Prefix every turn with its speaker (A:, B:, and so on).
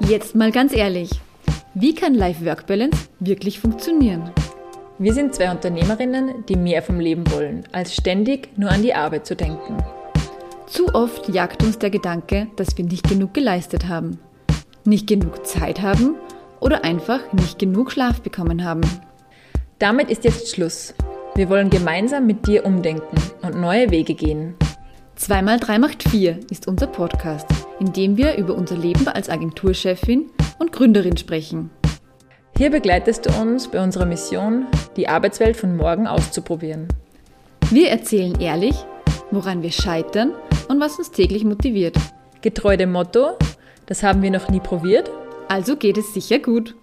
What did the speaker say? A: Jetzt mal ganz ehrlich, wie kann Life-Work-Balance wirklich funktionieren?
B: Wir sind zwei Unternehmerinnen, die mehr vom Leben wollen, als ständig nur an die Arbeit zu denken.
A: Zu oft jagt uns der Gedanke, dass wir nicht genug geleistet haben, nicht genug Zeit haben oder einfach nicht genug Schlaf bekommen haben.
B: Damit ist jetzt Schluss. Wir wollen gemeinsam mit dir umdenken und neue Wege gehen.
A: 2x3 macht 4 ist unser Podcast, in dem wir über unser Leben als Agenturchefin und Gründerin sprechen.
B: Hier begleitest du uns bei unserer Mission, die Arbeitswelt von morgen auszuprobieren.
A: Wir erzählen ehrlich, woran wir scheitern und was uns täglich motiviert.
B: Getreu dem Motto, das haben wir noch nie probiert,
A: Also geht es sicher gut.